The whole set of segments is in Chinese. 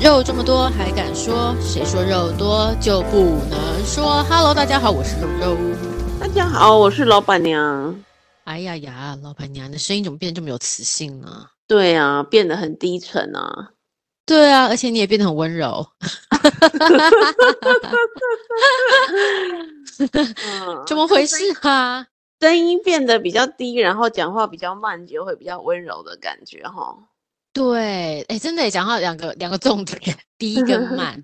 肉这么多还敢说？谁说肉多就不能说？Hello，大家好，我是肉肉。大家好，我是老板娘。哎呀呀，老板娘，你的声音怎么变得这么有磁性呢？对啊，变得很低沉啊。对啊，而且你也变得很温柔。嗯，怎么回事啊？声音变得比较低，然后讲话比较慢，就会比较温柔的感觉哈。啊对，哎，真的耶讲到两个两个重点，第一个慢，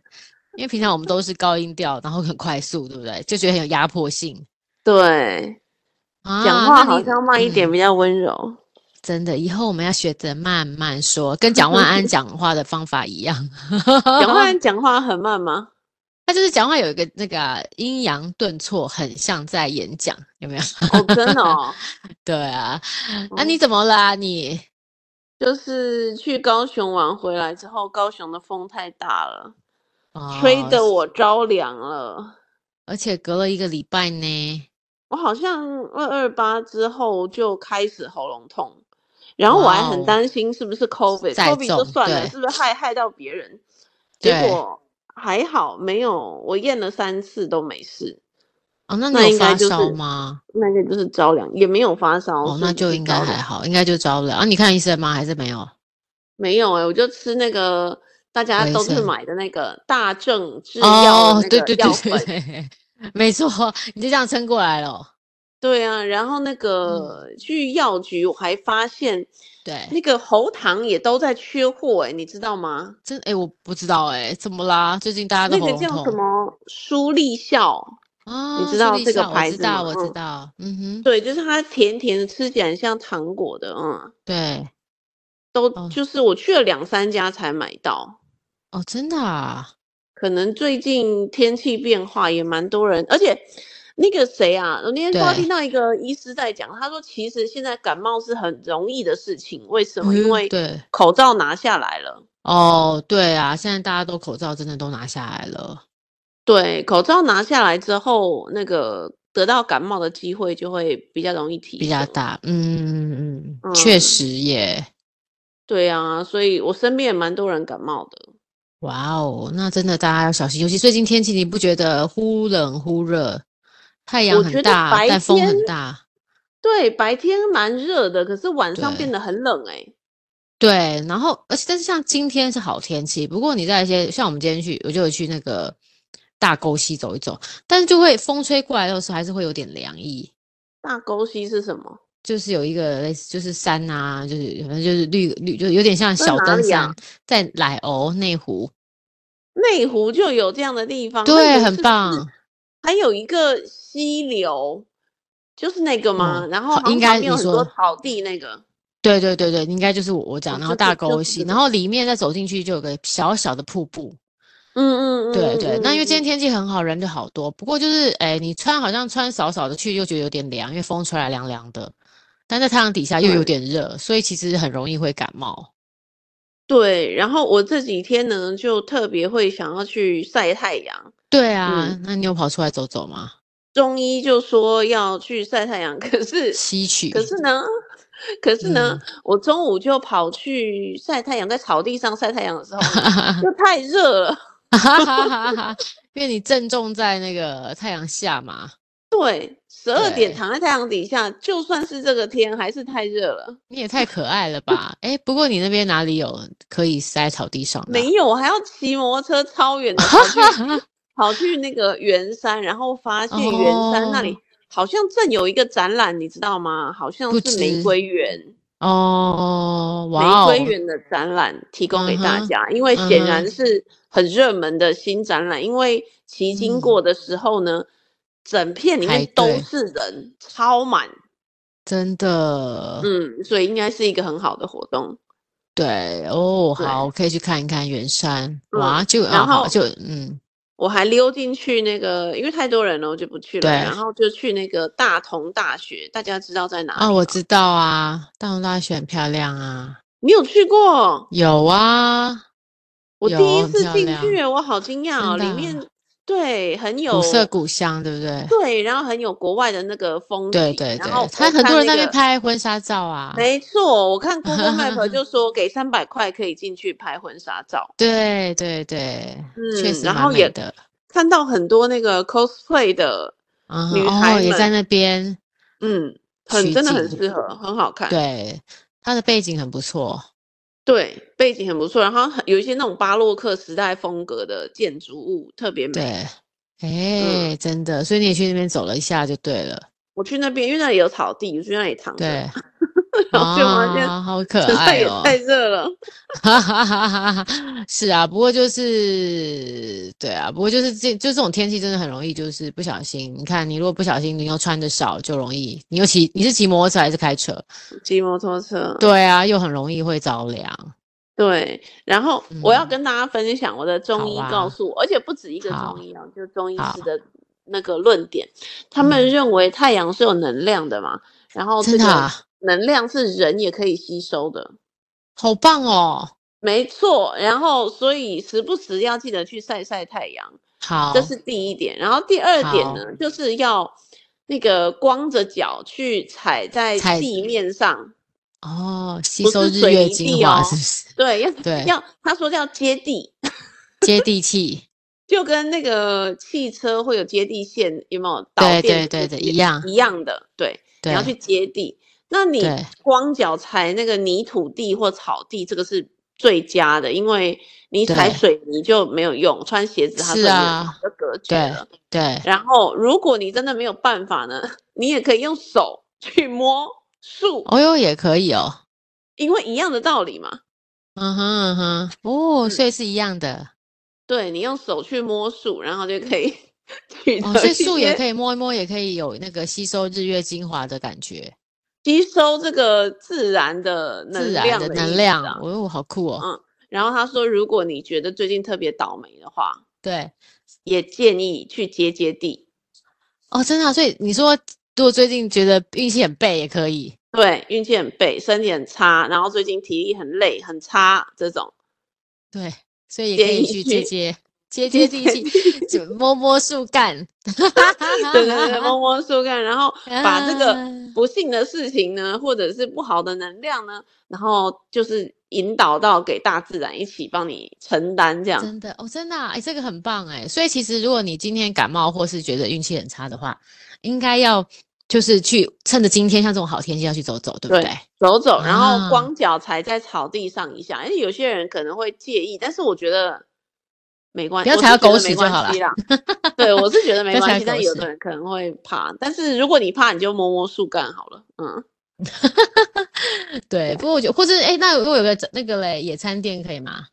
因为平常我们都是高音调，然后很快速，对不对？就觉得很有压迫性。对，啊讲话那好你像慢一嗯点，比较温柔。 真的，以后我们要学着慢慢说，跟蒋 万安讲话的方法一样。讲话讲话很慢吗？他就是讲话有一个那个啊阴阳顿挫，很像在演讲，有 没有？哦，真的哦，对啊， 啊，嗯你怎么啦？你就是去高雄玩回来之后，高雄的风太大了，哦吹得我着凉了。而且隔了一个礼拜呢。我好像二二八之后就开始喉咙痛，然后我还哇哦很担心是不是 COVID，COVID 再就中算了，对是不是害害到别人？结对，果还好没有，我验了三次都没事，哦，那那你有应该发就是烧吗？那个就是着凉，也没有发烧，哦，是那就是应该着还凉好，应该就着了。啊，你看医生吗？还是没有？没有哎、我就吃那个大家维都去生买的那个大正制药哦的，对那个对对药粉，对对，没错，你就这样撑过来了。对啊，然后那嗯个去药局，我还发现对，那个喉糖也都在缺货哎、你知道吗？真哎、我不知道哎、怎么啦？最近大家都那喉个咙叫什痛么舒立效，啊，知道舒立这个效牌我知子道，吗我知嗯道，嗯哼，对，就是它甜甜的，吃起来像糖果的，嗯，对，都哦就是我去了两三家才买到，哦，真的啊，可能最近天气变化也蛮多人，而且那个谁啊，我那天不知道对听到一个医师在讲，他说其实现在感冒是很容易的事情，为什么？因嗯为对，口罩拿下来了。哦，对啊，现在大家都口罩真的都拿下来了，对，口罩拿下来之后，那个得到感冒的机会就会比较容易提比较升。大，嗯嗯嗯，确嗯实耶，对啊，所以我身边也蛮多人感冒的。哇哦，那真的大家要小心，尤其最近天气，你不觉得忽冷忽热，太阳我很觉得大，白但风很天大，对，白天蛮热的，可是晚上对变得很冷哎、对，然后而且但是像今天是好天气，不过你在一些像我们今天去，我就有去那个大沟溪走一走，但是就会风吹过来的时候还是会有点凉意。大沟溪是什么？就是有一个类似就是山啊，就是反正就是绿绿，就有点像在小哪登里啊山，在奶欧内湖，内湖就有这样的地方，内对，很湖是不是棒。还有一个溪流，就是那个吗？嗯然后好好像应旁该边你有很说多的草地那个。对对对对，应该就是我我讲，哦然后就大是就沟是溪，这然个后里面再走进去就有个小小的瀑布，嗯嗯嗯对嗯对，那因为嗯今天嗯天气很好，人就好多。不过就是，哎，你穿好像穿少少的去，又觉得有点凉，因为风吹来凉凉的，但在太阳底下又有对点热，所以其实很容易会感冒。对，然后我这几天呢，就特别会想要去晒太阳。对啊，嗯那你有跑出来走走吗？中医就说要去晒太阳，可是，吸取，可 是呢，可是呢，嗯我中午就跑去晒太阳，在草地上晒太阳的时候呢，就太热了。嗯，因为你正中在那个太阳下嘛。对，十二对点躺在太阳底下，就算是这个天，还是太热了。你也太可爱了吧！哎，不过你那边哪里有可以塞草地上的啊？没有，我还要骑摩托车超远的跑 去跑去那个圆山，然后发现圆山那哦里好像正有一个展览，你知道吗？好像不是玫知瑰园。哦，玫哇瑰哦，园的展览提供给嗯大哼家，因为嗯显哼然是很热门的新展览。因为骑经嗯过的时候呢，整片里排面都队是人，超满，真的。嗯，所以应该是一个很好的活动。对哦，对，好，我可以去看一看圆山。哇，嗯，就啊，然好，后就嗯，我还溜进去那个，因为太多人了，我就不去了。对然后就去那个大同大学，大家知道在哪啊，里我吗？知道啊，大同大学很漂亮啊，你有去过？有啊，我第有一很次漂进亮去，我好惊讶哦！真的里啊面对，很有古色古香，对不对？对，然后很有国外的那个风景。对对然对后，他我很看多人在那那边个。拍婚纱照啊，没错，我看 Google Map 就说给三百块可以进去拍婚纱照，对对对，确嗯实然蛮后美也的。看到很多那个 cosplay 的，嗯女哼，哦，孩也们在那边，嗯，很取真的很景适合，很好看。对，它的背景很不错。对，背景很不错，然后很有一些那种巴洛克时代风格的建筑物特别对美。，哎、嗯真的，所以你也去那边走了一下就对了。我去那边，因为那里有草地，我去那里躺着， 对，然后就发现啊，好可 实在爱也哦，太热了。哈哈哈哈哈！ 是啊，不过就是对啊，不过就是这就这种天气真的很容易，就是不小心。你看，你如果不小心，你又穿的少，就容易。你又骑你是骑摩托车还是开车？嗯骑摩托车，对啊，又很容易会着凉。对，然后我要嗯跟大家分享我的中好医啊告诉我，而且不止一个好中医哦，就是中医好师的那个论点，他们嗯认为太阳是有能量哦的嘛，然后这真的个啊，能量是人也可以吸收的，好棒哦！没错。然后所以时不时要记得去晒晒太阳，好这，是第一点。然后第二点呢，就是要那个光着脚去踩在踩地面上，哦，吸不收是日水月泥精地华哦是不是？对，要对要他说要接地。接地气，就跟那个汽车会有接地线，有没有导对电对是对对接一样一样的，对，你对要去接地。那你对光脚踩那个泥土地或草地，这个是最佳的，因为你踩对水泥就没有用，穿鞋子它是就没有用啊就隔绝对了。对，然后，如果你真的没有办法呢，你也可以用手去摸树，哦哟也可以哦，因为一样的道理嘛。嗯哼嗯哼，哦，嗯所以是一样 的对你用手去摸树，然后就可以 取哦，得所以一树也些可以摸一摸，也可以有那个吸收日月精华的感觉，吸收这个自然的能自然量的的意能思量，啊。哦，好酷哦，嗯，然后他说，如果你觉得最近特别倒霉的话，对，也建议去接接地。哦，真的啊、所以你说如果最近觉得运气很背也可以，对，运气很背，身体很差，然后最近体力很累、很差，这种对，所以也可建以议去接去 接接接地气，就摸摸树干，对对对，摸摸树干，然后把这个啊不幸的事情呢，或者是不好的能量呢，然后就是引导到给大自然一起帮你承担，这样真的哦，真的、啊，哎，这个很棒哎。所以其实如果你今天感冒或是觉得运气很差的话，应该要就是去趁着今天像这种好天气要去走走，对不对对？走走，然后啊光脚踩在草地上一下，因为有些人可能会介意，但是我觉得没关不系，要我踩是到觉狗得屎没就好关啦系啦。对，我是觉得不没要踩到关系，狗但有屎的人可能会怕，但是如果你怕，你就摸摸树干好了。嗯，对，不 过我觉得，或者哎，那如果有个那个嘞野餐垫可以吗？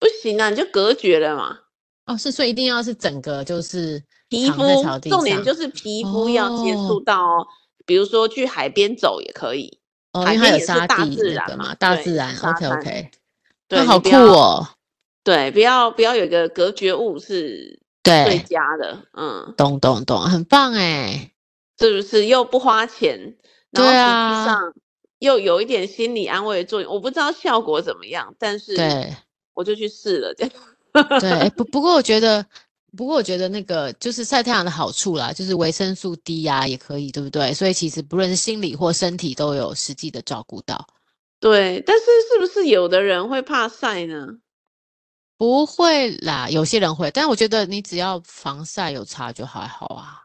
不行啊，你就隔绝了嘛。哦，是，所以一定要是整个就是皮躺在草肤地重点上就是皮肤要接触哦到哦，比如说去海边走也可以，哦，海因为它边有也是沙大地那自个然嘛，大对自然。沙 OK 滩， OK，那对，好你不酷要哦。对，不要不要有一个隔绝物是最对，佳的，嗯，懂懂懂，很棒哎。是不是又不花钱，然对后实际啊，上又有一点心理安慰的作用，我不知道效果怎么样，但是对。我就去试了，这样 对，诶不不过我觉得，不过我觉得那个就是晒太阳的好处啦，就是维生素 D 呀、也可以，对不对？所以其实不论是心理或身体都有实际的照顾到。对，但是是不是有的人会怕晒呢？不会啦，有些人会，但我觉得你只要防晒有擦就还好啊。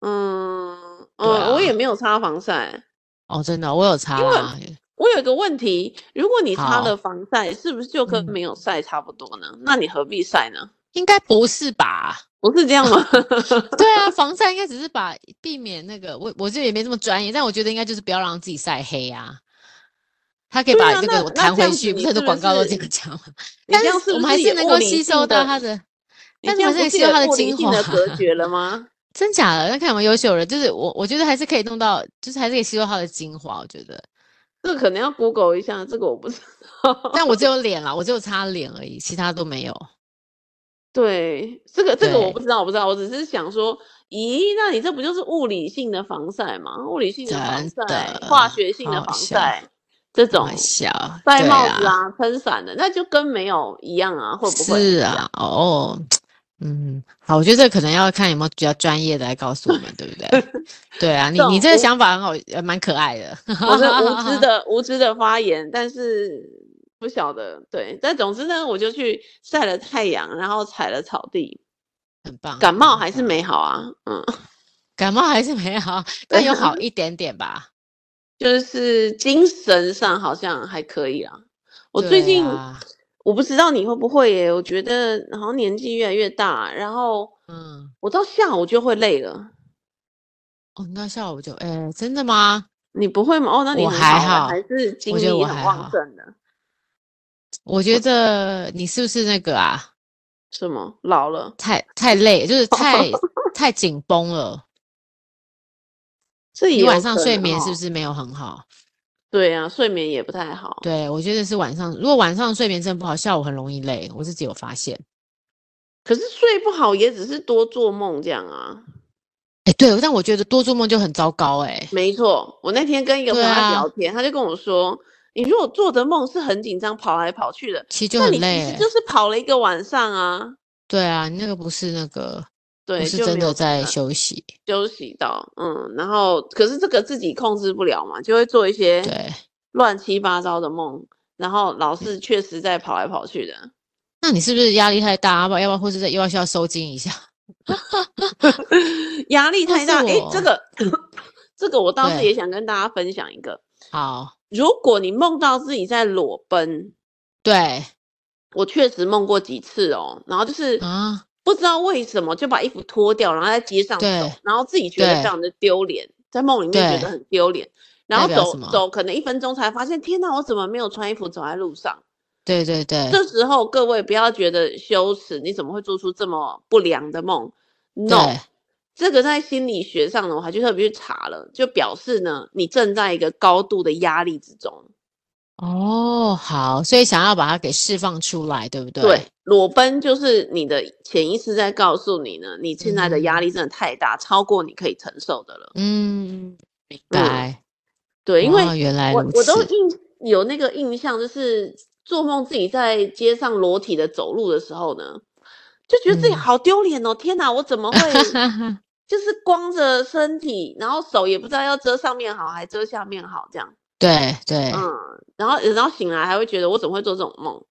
嗯对嗯，我也啊，没有擦防晒，哦，真的哦，我有擦因为啦。我有一个问题，如果你擦好，了防晒，是不是就跟嗯，没有晒差不多呢？那你何必晒呢？应该不是 吧？不是这样吗？ 对啊，防晒应该只是把避免那个，我我这也没这么专业，但我觉得应该就是不要让自己晒黑啊。他可以对把啊，这那个我那弹这回样子，去，不你是很多是不广告都这是样讲吗？你但这样是是我不们还是是也能物够理吸收性到的？它的，你但是这我样还是能不是吸收也它的物理精性华，的 隔绝了吗？真假的？那看有没有优秀人，就是我，我觉得还是可以弄到，就是还是可以吸收它的精华，我觉 得。这个可能要 Google 一下，这个我不知道。但我只有脸啦，我只有擦脸而已，其他都没有。对，这个这个我对不知道，我不知道，我只是想说，咦，那你这不就是物理性的防晒吗？物理性的防真晒、化的学性的好防笑，晒，这好种笑，戴对帽子啊，啊、撑伞的，那就跟没有一样啊，会不会很是像？啊，哦，嗯，好，我觉得这可能要看有没有比较专业的来告诉我们，对不对？ 对啊，你懂你这个我想法很好，呃，蛮可爱的。我是 无知的无知的发言，但是不晓得对。但总之呢，我就去晒了太阳，然后踩了草地，很棒。感冒还是很棒没好啊，嗯，感冒还是没好，但有 好一点点吧。就是精神上好像还可以啦。 我最对近、啊我不知道你会不会耶，我觉得好像年纪越来越大，然后嗯，我到下午就会累了。哦，那下午就，哎，真的吗？你不会吗？哦，那你我很还欸好还是精我觉力得我很还旺好盛的。我觉得你是不是那个啊？什么老了？太太累，就是 太太紧绷了。这也你晚有上可睡能眠是不哦？是没有很好？对啊，睡眠也不太好。对，我觉得是晚上。如果晚上睡眠真的不好，下午很容易累。我自己有发现。可是睡不好也只是多做梦这样啊。哎，对，但我觉得多做梦就很糟糕、哎，没错，我那天跟一个朋对友在啊聊天，他就跟我说，你如果做的梦是很紧张，跑来跑去的，其实就那很你累、哎其实就是跑了一个晚上啊。对啊，你那个不是那个，对，不是就真没有的在办法休息。休息到，嗯，然后可是这个自己控制不了嘛，就会做一些对，乱七八糟的梦，然后老是确实在跑来跑去的。那你是不是压力太大？要不要要不然或者要不要需要收紧一下？ 压力但太是大。诶，这我个 这个我倒是对也想跟大家分享一个，好，如果你梦到自己在裸奔，对我确实梦过几次哦，然后就是啊，不知道为什么就把衣服脱掉，然后在街上走对，然后自己觉得非对常的丢脸，在梦里面觉对得很丢脸。然代后表走什么走，可能一分钟才发现，天哪，我怎么没有穿衣服走在路上？对对对，这时候各位不要觉得羞耻，你怎么会做出这么不良的梦？No，对这个在心理学上呢，我还去特别去查了，就表示呢，你正在一个高度的压力之中。哦，好，所以想要把它给释放出来，对不对？对，裸奔就是你的潜意识在告诉你呢，你现在的压力真的太大，超过你可以承受的了。嗯，明白。对，因为哦原来我如此， 我都印有那个印象，就是做梦自己在街上裸体的走路的时候呢，就觉得自己嗯好丢脸哦！天哪，我怎么会就是光着身体，然后手也不知道要遮上面好还遮下面好这样，对对，嗯，然后然后醒来还会觉得我怎么会做这种梦？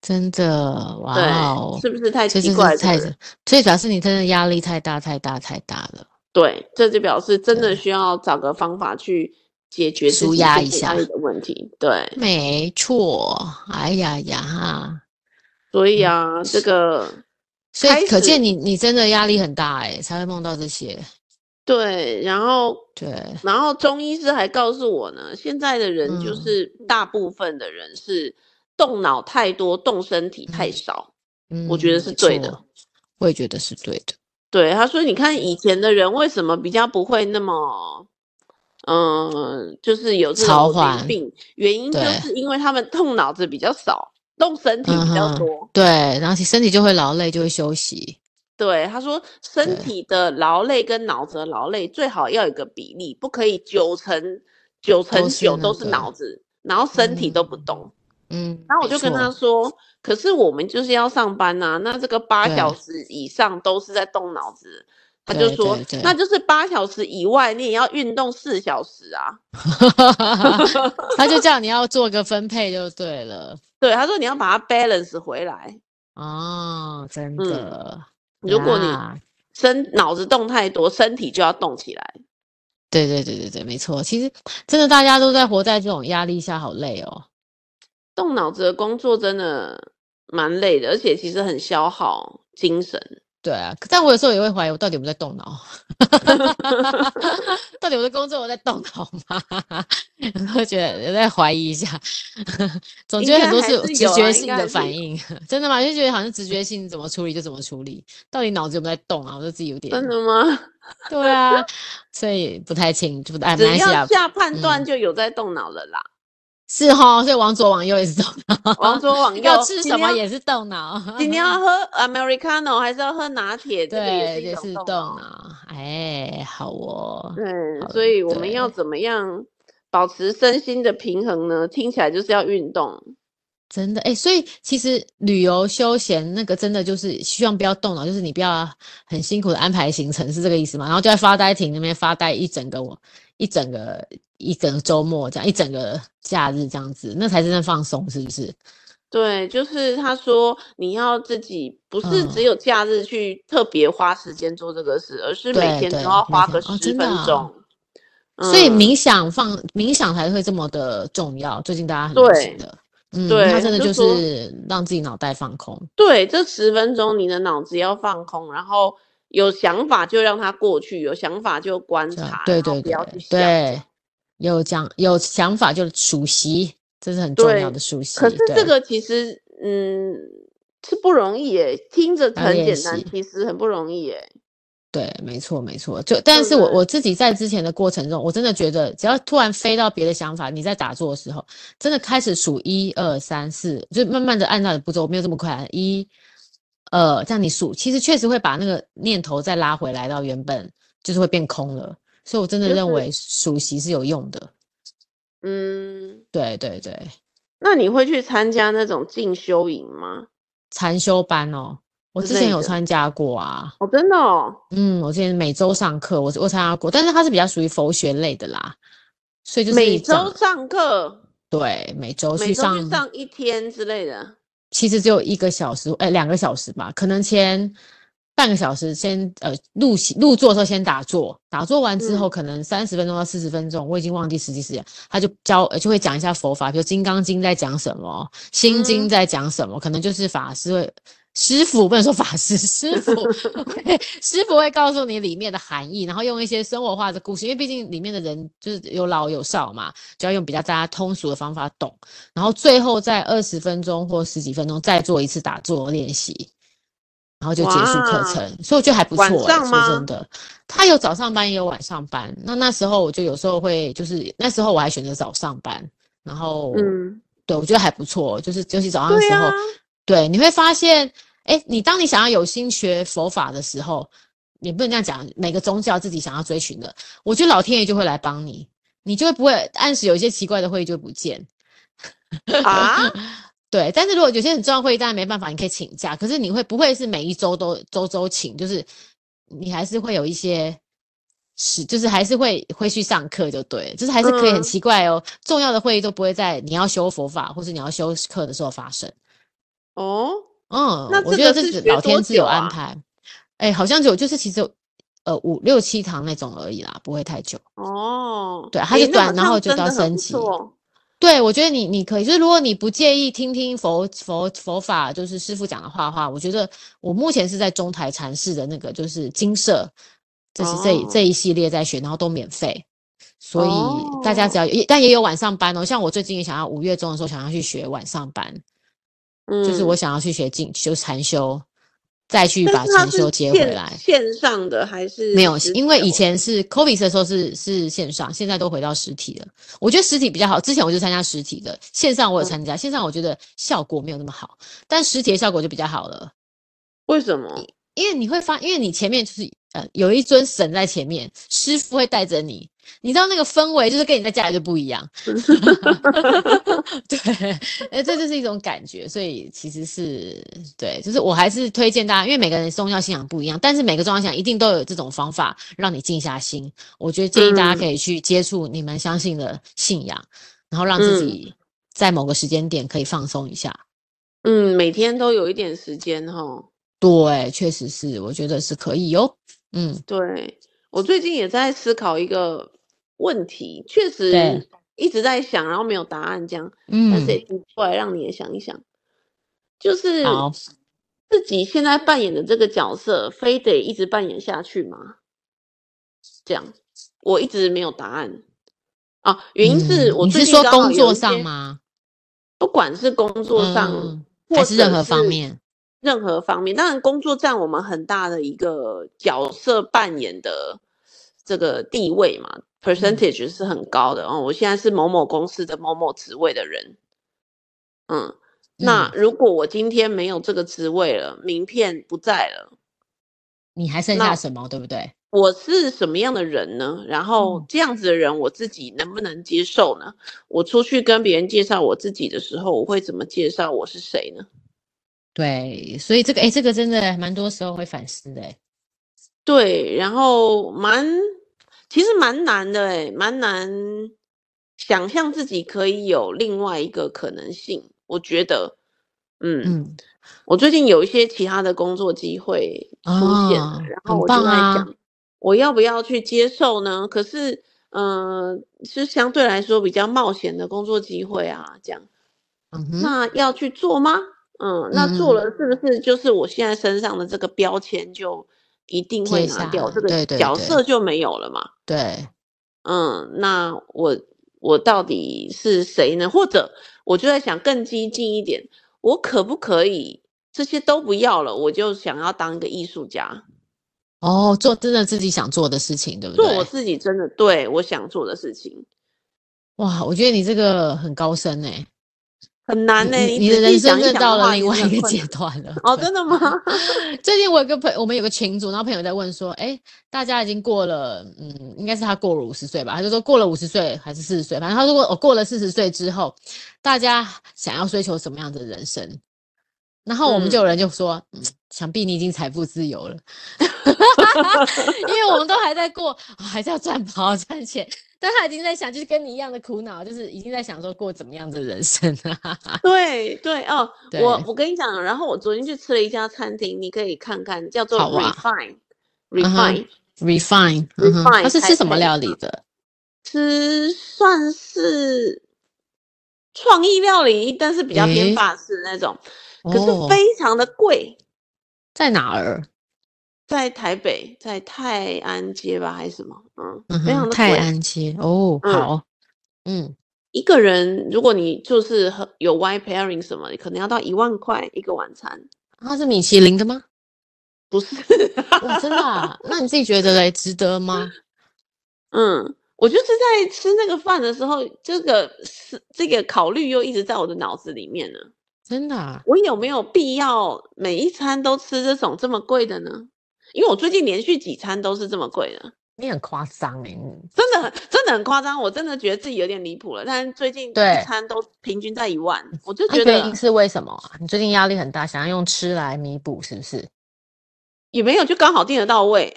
真的，哇哦对，，是不是太这奇真怪是了？太，所以表示你真的压力太大太大太大了。对，这就表示真的对需要找个方法去解决自舒己压心一理压下力的问题。对，没错，哎呀呀哈，所以嗯啊，这个所开以可见始你你真的压力很大哎、才会梦到这些。对，然后对，然后中医师还告诉我呢，现在的人就嗯是大部分的人是动脑太多，动身体太嗯少。嗯，我觉得是没对的错，我也觉得是对的。对，他说你看以前的人为什么比较不会那么。嗯，就是有这超种疾缓病，原因就对是因为他们动脑子比较少，动身体比较嗯哼多。对，然后其身体就会劳累，就会休息。对，他说身对体的劳累跟脑子的劳累最好要有一个比例，不可以九成九成是九那都是个脑子，然后身体都不动。嗯，然后我没就跟他错说，可是我们就是要上班呐、那这个八对小时以上都是在动脑子。他就对说对对，那就是八小时以外，你也要运动四小时啊。 他就叫你要做个分配就对了。对，他说你要把它 balance 回来。哦，真嗯的。如果你呀身脑子动太多，身体就要动起来。对对对对对，没错。其实真的大家都在活在这种压力下，好累哦。动脑子的工作真的蛮累的，而且其实很消耗精神。对啊，但我有时候也会怀疑，我到底有没有在动脑？ 到底我的工作我在动脑吗？ 我觉得有在怀疑一下，总觉得很多应该还是直有啊觉应性该还的是反有应， 真的吗？就觉得好像直觉性怎么处理就怎么处理，到底脑子有没有在动啊？我就自己有点真的吗？ 对啊，所以不太清楚，哎， 没只关系要啊，下判断嗯就有在动脑 了啦。是哈，所以往左往右也是 动脑，往左往右，要吃今什么天要也是动脑，今天要喝 Americano 还是要喝拿铁？这个 对，也也是一是种动脑。脑，哎，好哦，对，好所以我们要对怎么样保持身心的平衡呢？听起来就是要运动。真的哎、诶所以其实旅游休闲那个真的就是希望不要动脑，就是你不要很辛苦的安排行程，是这个意思吗？然后就在发呆亭那边发呆一整个我一整个一整个周末这样，一整个假日这样子，那才真正放松，是不是？对，就是他说你要自己不是嗯只有假日去特别花时间做这个事，而是对每天都对要每花天个哦十真的分啊钟。所以嗯冥想放冥想才会这么的重要，最近大家很流行对的，嗯，它对真的就就说是让自己脑袋放空，对，这十分钟你的脑子要放空，然后有想法就让它过去，有想法就观这样察，啊对然后对不对要去想。对，有讲有想法就熟悉，这是很重要对的熟悉，可是这对，个其实，嗯，是不容易耶，听着要很练简单，习。其实很不容易耶。对，没错，没错。就对但不是我对？我自己在之前的过程中，我真的觉得，只要突然飞到别的想法，你在打坐的时候，真的开始数一二三四，就慢慢的按照你的步骤，没有这么快，啊一，呃，这样你数，其实确实会把那个念头再拉回来到原本，就是会变空了。所以我真的就认是，为数息是有用的。嗯，对对对，那你会去参加那种进修营吗？禅修班哦，我之之前类有的？参加过啊。哦，真的哦，嗯，我之前每周上课，我我参加过，但是它是比较属于佛学类的啦，所以就是每周讲上课，对每周每去周去上，上一天之类的。其实只有一个小时，哎，两个小时吧，可能前半个小时先呃入席入座的时候先打坐，打坐完之后嗯可能三十分钟到四十分钟，我已经忘记实际时间，他就教呃就会讲一下佛法，比如《金刚经》在讲什么，《心经》嗯，在讲什么，可能就是法师会。师傅不能说法师，师傅会师傅会告诉你里面的含义，然后用一些生活化的故事，因为毕竟里面的人就是有老有少嘛，就要用比较大家通俗的方法懂，然后最后在二十分钟或十几分钟再做一次打坐练习，然后就结束课哇，程，所以我觉得还不晚错诶、欸上说真吗？的，他有早上班也有晚上班，那那时候我就有时候会就是那时候我还选择早上班，然后嗯，对我觉得还不错，就是尤其早上的对时呀，候，对你会发现，哎，你当你想要有心学佛法的时候，也不能这样讲，每个宗教自己想要追寻的，我觉得老天爷就会来帮你，你就会不会按时有一些奇怪的会议就会不见。啊， 对，但是如果有些很重要的会议，当然没办法，你可以请假。可是你会不会是每一周都周周请？就是你还是会有一些是，就是还是会会去上课就对了，就是还是可以很嗯，奇怪哦。重要的会议都不会在你要修佛法或是你要修课的时候发生。哦，嗯，那我这觉得个这是是学老多天自有久安啊？排。哎，好像有，就是其实有呃五六七堂那种而已啦，不会太久。哦，对，它就诶，那好短，然后像就真到的很升不级。错。对，我觉得你你可以，就是如果你不介意听听佛佛佛法，就是师傅讲的话的话，我觉得我目前是在中台禅寺的那个就是精舍，就是这一这哦，一系列在学，然后都免费，所以大家只要哦，有，但也有晚上班哦。像我最近也想要五月中的时候想要去学晚上班，就是我嗯，想要去学进修禅修，再去但把是它禅修是接回线来。线上的还没是有，实因体为的以活前动？是 COVID 的时候是是线上，现在都回到实体了。我觉得实体比较好，之前我就参加实体的，线上我有嗯，参加，线上我觉得效果没有那么好，但实体的效果就比较好了。为什么？因为你会发，因为你前面就是呃有一尊神在前面，师傅会带着你，你知道那个氛围就是跟你在家里就不一样。 对， 呃，这就是一种感觉，所以其实是对，就是我还是推荐大家，因为每个人宗教信仰不一样，但是每个宗教信仰一定都有这种方法让你静下心。我觉得建议大家可嗯以去接触你们相信的信仰，然后让自嗯己在某个时间点可以放松一下。嗯，每天都有一点时间哦。对，确实是，我觉得是可以哟。嗯，对，我最近也在思考一个问题，确对，实一直在想，然后没有答案这样，但是也嗯，提出来让你也想一想，就是好。自己现在扮演的这个角色，非得一直扮演下去吗？这样，我一直没有答案啊。原因是嗯，我你最是近说刚好工有作一上些，吗？不管是工作上嗯，还或是任者何方是面？嗯任何方面，当然工作占我们很大的一个角色扮演的这个地位嘛嗯，percentage 是很高的哦。我现在是某某公司的某某职位的人，嗯，那嗯如果我今天没有这个职位了，名片不在了，你还剩那下什么，对不对？我是什么样的人呢？然后嗯这样子的人，我自己能不能接受呢？我出去跟别人介绍我自己的时候，我会怎么介绍我是谁呢？对，所以这个哎，这个真的蛮多时候会反思的诶。对，然后蛮，其实蛮难的诶，蛮难想象自己可以有另外一个可能性。我觉得，嗯，嗯，我最近有一些其他的工作机会出现了，哦然很后我就棒在啊想，我要不要去接受呢？可是，嗯、是相对来说比较冒险的工作机会啊，这样。嗯哼，那要去做吗？嗯，那嗯做了是不是就是我现在身上的这个标签就一定会贴拿下掉，这来，个对对角对色就没有了嘛？对，嗯，那我我到底是谁呢？或者我就在想更激进一点，我可不可以这些都不要了，我就想要当一个艺术家，哦，做真的自己想做的事情，对不做我对？自己真的对我想做的事情，哇，我觉得你这个很高深诶，很难你呢、你啊你你的仔细人生想一真的想到的了话，也另外是很一个困阶难。段了。哦，对，真的吗？最近我有个朋，我们有个群组，然后朋友在问说，哎，大家已经过了，嗯，应该是他过了五十岁吧？他就说过了五十岁还是四十岁，反正他说我、哦、过了四十岁之后，大家想要追求什么样的人生？然后我们就有人就说，嗯想必你已经财富自由了。 因为我们都还在过，啊还是要赚跑赚钱，但他已经在想，就是跟你一样的苦恼，就是已经在想说过怎么样的人生啊。对对哦，对我我跟你讲，然后我昨天去吃了一家餐厅，你可以看看，叫做好啊 Refine 嗯哼 Refine，、 Refine，嗯哼， Refine，他是吃什么台北料理的？吃算是创意料理，但是比较偏诶法式那种，可是哦，非常的贵，在哪儿？在台北，在泰安街吧还是什么，嗯，嗯非常哼，的泰贵。安街。哦，嗯好，嗯，一个人如果你就是和有 wine pairing 什么，可能要到一万块一个晚餐，它啊是米其林的吗？不是？哇，真的啊？那你自己觉得嘞，值得吗？嗯，我就是在吃那个饭的时候，这个是这个考虑又一直在我的脑子里面呢。真的啊？我有没有必要每一餐都吃这种这么贵的呢？因为我最近连续几餐都是这么贵的，你很夸张哎，嗯真的很真的很夸张，我真的觉得自己有点离谱了。但是最近对一餐都平均在一万，我就那觉原得因是为什么啊？你最近压力很大，想要用吃来弥补，是不 是？也没有，就刚好订得到位。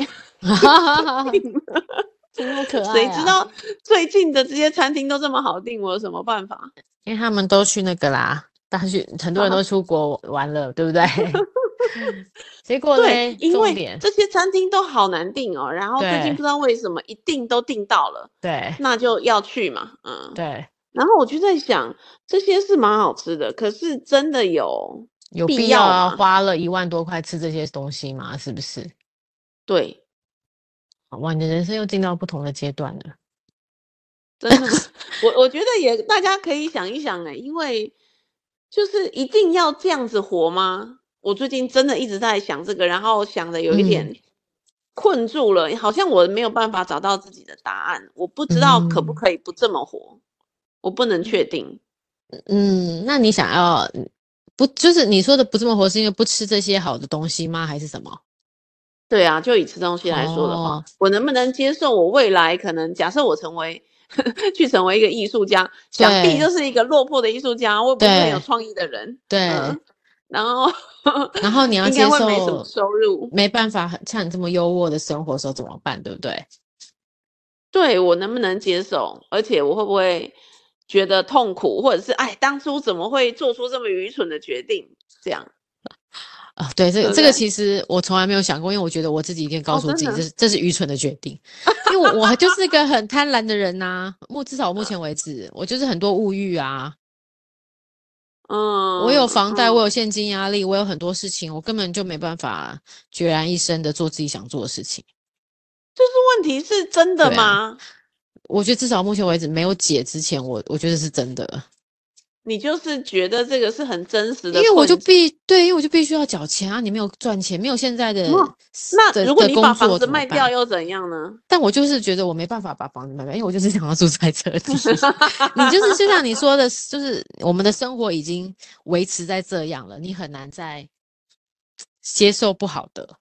怎么可爱、啊？谁知道最近的这些餐厅都这么好订，我有什么办法？因为他们都去那个啦，大家去很多人都出国玩了，对不 对？结果对嘞，，因重为点这些餐厅都好难订哦，然后最对近不知道为什么一订都订到了，对那就要去嘛，嗯，对，然后我就在想，这些是蛮好吃的，可是真的有有必必要要吗花了一万多块吃这些东西吗？是不是？对，哇，你的人生又进到不同的阶段了。真的吗，我我觉得也大家可以想一想哎、因为就是一定要这样子活吗？我最近真的一直在想这个，然后想的有一嗯点困住了，好像我没有办法找到自己的答案，我不知道可不嗯可以不这么活，我不能确定。嗯，那你想要不就是你说的不这么活，是因为不吃这些好的东西吗？还是什么？对啊，就以吃东西来说的话，哦我能不能接受我未来可能假设我成为 去成为一个艺术家，想必就对是一个落魄的艺术家，我也不是很有对创意的人，对，嗯，然后 然后你要应接该会没什么受收入，没办法像你这么优渥的生活的时候怎么办？对不对？对我能不能接受，而且我会不会觉得痛苦，或者是哎，当初怎么会做出这么愚蠢的决定？这样啊，对，这对个不这个对其实我从来没有想过，因为我觉得我自己一定告哦诉自己，真的这是这是愚蠢的决定， 因为我我就是个很贪婪的人呐、目至少我目前为止，我就是很多物欲啊，嗯，我有房贷，嗯我有现金压力，我有很多事情，我根本就没办法决然一生的做自己想做的事情。就是问题是真的对啊吗？我觉得至少目前为止没有解之前，我我觉得是真的，你就是觉得这个是很真实的因困境，为我就必对，因为我就必须要缴钱啊，你没有赚钱，没有现在的那那的如果的你工把房作子怎么卖办掉又怎样呢？但我就是觉得我没办法把房子卖掉，因为我就是想要住在这里。 你就是就像你说的，就是我们的生活已经维持在这样了，你很难再接受不好的。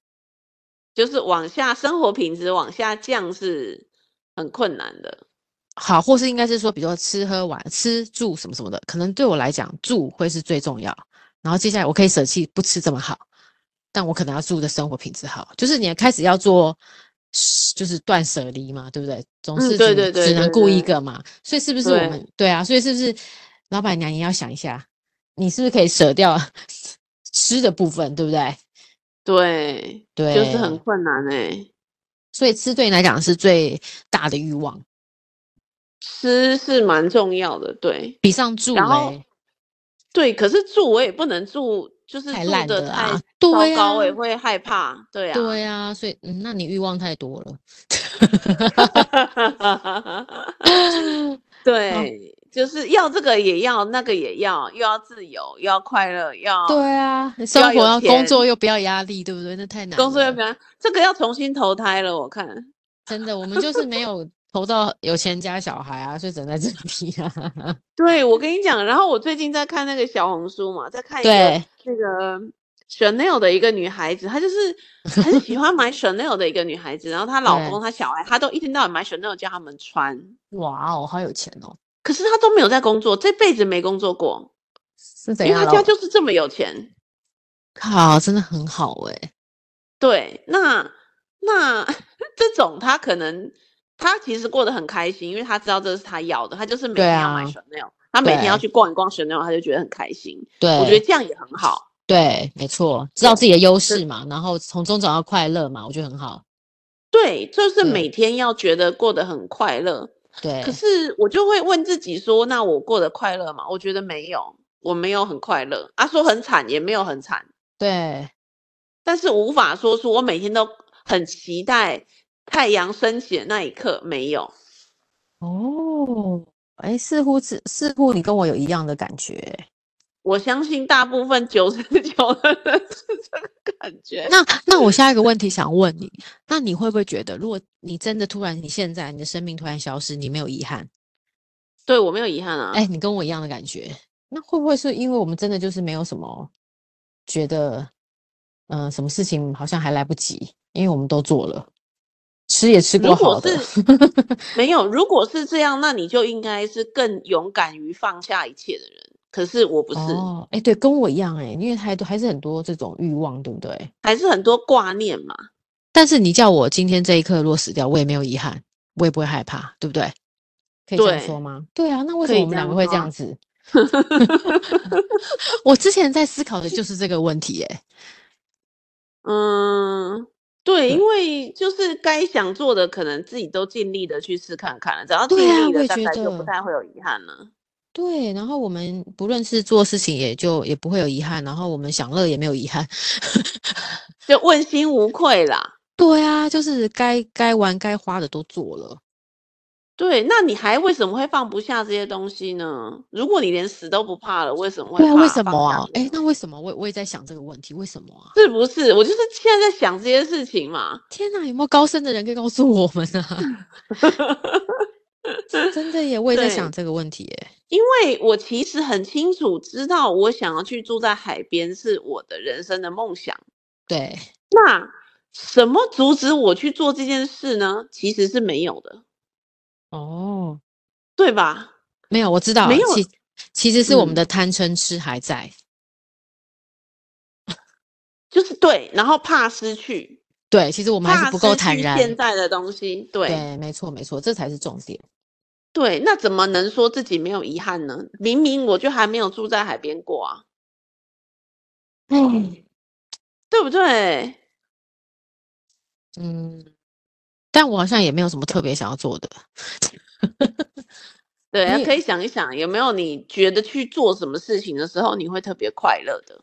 就是往下生活品质往下降是很困难的。好，或是应该是说，比如说吃喝玩吃住什么什么的，可能对我来讲住会是最重要。然后接下来我可以舍弃不吃这么好，但我可能要住的生活品质好，就是你开始要做，就是断舍离嘛，对不对？总是只,、嗯对对对只能对顾一对个嘛，所以是不是我们对啊？所以是不是老板娘也要想一下，你是不是可以舍掉 吃的部分，对不对？对，对，啊就是很困难哎、所以吃对你来讲是最大的欲望，吃是蛮重要的，对比上住然后嘞对。可是住我也不能住，就是太住烂的了太啊，糟对啊，糕，欸我也会害怕。对啊，对啊，所以、嗯、那你欲望太多 了。啊 哦对，就是要这个也要，那个也要，又要自由，又要快乐，又要对啊，生活有要工作钱又不要压力，对不对？那太难了。工作要不要？这个要重新投胎了，我看。真的，我们就是没 有投到有钱家小孩啊，所以只能在这里 啊。对，我跟你讲，然后我最近在看那个小红书嘛，在看一个对，那个 Chanel 的一个女孩子，她就是很喜欢 买 Chanel 的一个女孩子，然后她老对公、她小孩，她都一天到晚买 Chanel 叫他们穿，哇哦，好有钱哦！可是她都没有在工作，这辈子没工作过，是怎因为样啊她老？家就是这么有钱。靠，真的很好哎、对，那那 这种他可能他其实过得很开心，因为他知道这是他要的，他就是每对天要买啊 Chanel，他每天要对去逛一逛 Chanel，他就觉得很开心。对，我觉得这样也很好。对，没错，知道自己的优势嘛，然后从中找到快乐嘛，我觉得很好。对，就是对每天要觉得过得很快乐。对可，是我就会问自己说，那我过得快乐吗？我觉得没有，我没有很快乐。啊，说很惨也没有很惨，对，但是无法说出我每天都很期待太阳升起的那一刻，没有。哦，哎，似乎是似乎你跟我有一样的感觉。我相信大部分九十九的人是这个感 觉。那那我下一个问题想问你，那你会不会觉得，如果你真的突然你现在你的生命突然消失，你没有遗憾？对我没有遗憾啊。哎，你跟我一样的感觉，那会不会是因为我们真的就是没有什么觉得，嗯、什么事情好像还来不及，因为我们都做了，吃也吃如过果好的，是没有，如果是这样，那你就应该是更勇敢于放下一切的人。可是我不是，哦，哎，对，跟我一样哎，因为还多还是很多这种欲望，对不对？还是很多挂念嘛。但是你叫我今天这一刻若死掉，我也没有遗憾，我也不会害怕，对不对？可以这样对说吗？对啊，那为什可么以我们这两样个会说这啊样子？ 我之前在思考的就是这个问题、耶。嗯，对，对因为就是该想做的，可能自己都尽力的去试看看了。只要尽对啊力我了，也大觉概就不得太会有遗憾了。 对，然后我们不论是做事情，也就也不会有遗憾，然后我们享乐也没有遗憾。 就问心无愧啦。对啊，就是该该玩该花的都做了。对，那你还为什么会放不下这些东西呢？如果你连死都不怕了，为什么会对啊，为怕什放么下啊？这些哎，东那为什么？我我也在想这个问题，为什么啊？西是不是？我就是现在在想这些事情嘛。天哪，有没有高深的人可以告诉我们啊？真的耶，我也在对想这个问题耶。因为我其实很清楚知道，我想要去住在海边是我的人生的梦想。对，那什么阻止我去做这件事呢？其实是没有的，哦，对吧？没有，我知道没了，有其其实是我们嗯的贪嗔痴还在。就是对，然后怕失去，对，其实我们还怕是不够失坦去然。现在的东西。对对，没错，没错，这才是重点。对，那怎么能说自己没有遗憾呢？明明我就还没有住在海边过啊，嗯对不对？嗯，但我好像也没有什么特别想要做的。对啊，你可以想一想，有没有你觉得去做什么事情的时候，你会特别快乐的？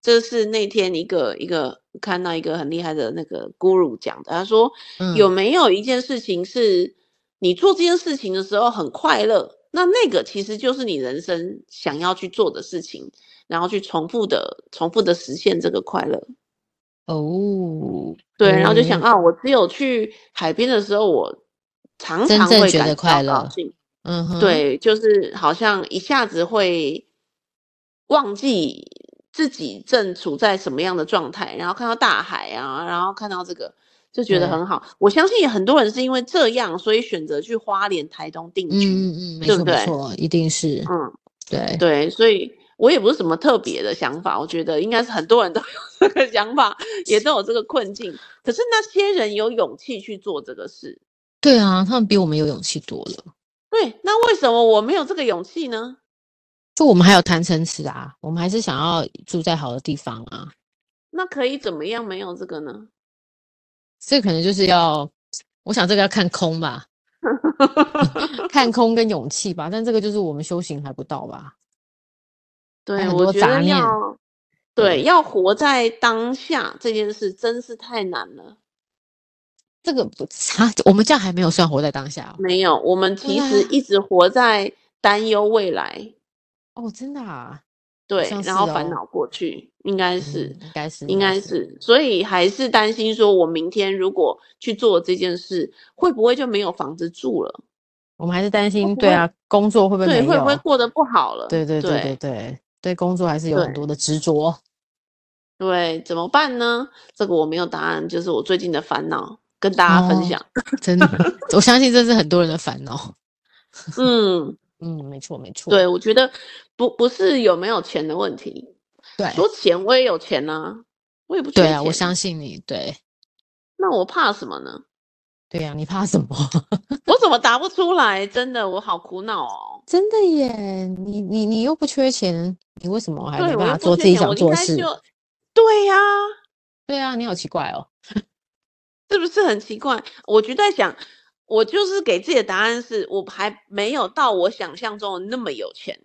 这是那天一个一个看到一个很厉害的那个 guru 讲的，他说嗯，有没有一件事情是你做这件事情的时候很快乐？那那个其实就是你人生想要去做的事情，然后去重复的、重复的实现这个快乐。哦，对，然后就想嗯啊，我只有去海边的时候，我常真常正会觉感得觉快到高乐兴。嗯哼，，对，就是好像一下子会忘记自己正处在什么样的状态，然后看到大海啊，然后看到这个，就觉得对很好。我相信很多人是因为这样，所以选择去花莲、台东定嗯居。嗯嗯，没对错不没对错，一定是嗯，对对，所以我也不是什么特别的想法，我觉得应该是很多人都 有这个想法，也都有这个困境。可是那些人有勇气去做这个事，对啊，他们比我们有勇气多了。对，那为什么我没有这个勇气呢？就我们还有贪嗔痴啊，我们还是想要住在好的地方啊。那可以怎么样没有这个呢？这可能就是要，我想这个要看空吧，看空跟勇气吧。但这个就是我们修行还不到吧？对，还很我多觉杂得念要对要活在当下这件事真是太难了。这个不啊，我们这样还没有算活在当下没有，我们对其实啊一直活在担忧未来，哦。哦，真的啊，对，像然后是烦哦恼过去，应该是。嗯应该是，应该是，所以还是担心说，我明天如果去做这件事，会不会就没有房子住了？我们还是担心，不对会啊，工作会不会没对，有？会不会过得不好了？对对对对对对对，工作还是有很对多的执 着。对怎么办呢？这个我没有答案，就是我最近的烦恼，跟大家分哦享。真的，我相信这是很多人的烦恼。嗯，嗯，没错没错，对，我觉得不不是有没有钱的问题，对说钱我也有钱啊，我也不缺对钱。啊，我相信你，对那我怕什么呢？对啊，你怕什么？我怎么答不出来？真的，我好苦恼哦。真的耶，你你你又不缺钱，你为什么还哎没对，我办又法不做缺自己钱想我应做的该事？就对呀、对啊，你好奇怪哦。是不是很奇怪？我就在想，我就是给自己的答案是，我还没有到我想象中的那么有钱。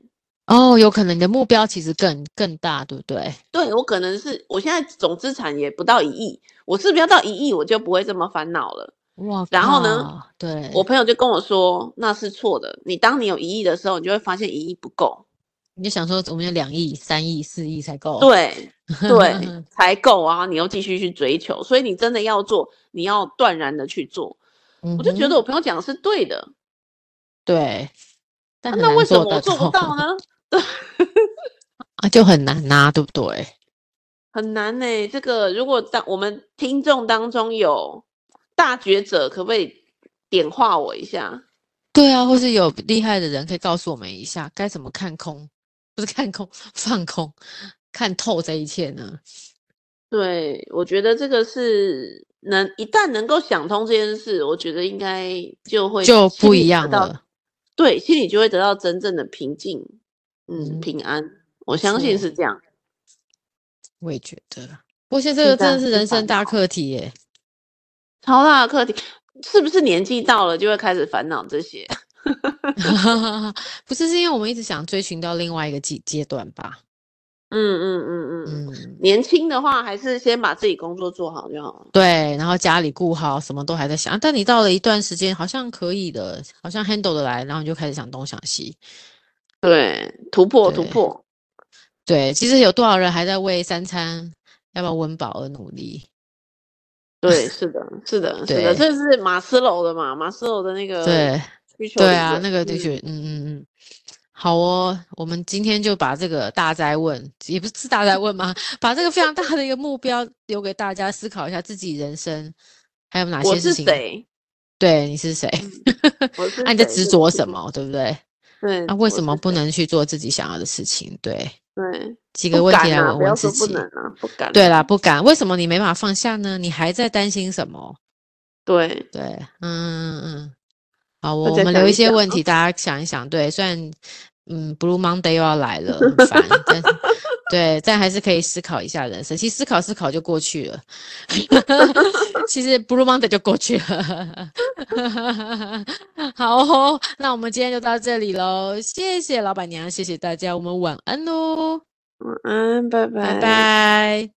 哦，有可能你的目标其实更更大，对不对？对我可能是我现在总资产也不到一亿，我是不是要到一亿我就不会这么烦恼了？哇，然后呢？对，我朋友就跟我说，那是错的。你当你有一亿的时候，你就会发现一亿不够，你就想说我们有两亿、三亿、四亿才够。对哦 对，才够啊！你又继续去追求，所以你真的要做，你要断然的去做。嗯哼，我就觉得我朋友讲的是对的，对，但啊很那难为什么得我做不哦到呢？ 啊？就很难呐、对不对？很难呢、这个如果当我们听众当中有大觉者，可不可以点化我一下？对啊，或是有厉害的人可以告诉我们一下，该怎么看空，不是看空，放空，看透这一切呢？对，我觉得这个是能一旦能够想通这件事，我觉得应该就会就心不里一得样到了。对，心里就会得到真正的平静，嗯，嗯平安。我没相信错是这样。我也觉得，不过现在这是个的真的是是人生烦大恼课题 耶。超大的课题，是不是年纪到了就会开始烦恼这些？ 不是，是因为我们一直想追寻到另外一个阶阶段吧？嗯嗯嗯嗯。嗯嗯，年轻的话，还是先把自己工作做好就好了。对。然后家里顾好，什么都还在想。啊但你到了一段时间，好像可以的，好像 handle 得来，然后你就开始想东想西。对，突破突对破，对，其实有多少人还在为三餐要不要温饱而努力？对，是的，是的，是的，这是马斯洛的嘛，马斯洛的那个对需求对理啊，论那个就嗯是嗯嗯嗯。好哦，我们今天就把这个大灾问，也不是大灾问嘛， 把这个非常大的一个目标留给大家思考一下，自己人生还有哪我些是事情？谁？ 对，你是谁？ 我是那、你在谁执这个着事什情？么，对不对？对，那、为我什么是不谁？能去做自己想要的事情？对，对，几个不问题敢来啊，问不要问说自不己能。啊，不敢。对啦，，不敢。为什么你没办法放下呢？你还在担心什么？对，对，嗯嗯嗯，好哦，大我家们想留一一些想问啊题，大家想一想。对，虽然嗯，Blue Monday 又要来了，很烦， 但是对，但还是可以思考一下人生。其实思考思考就过去了， 其实 Blue Monday 就过去了。 好哦，那我们今天就到这里喽，谢谢老板娘，谢谢大家，我们晚安喽，嗯晚安，拜拜拜。拜。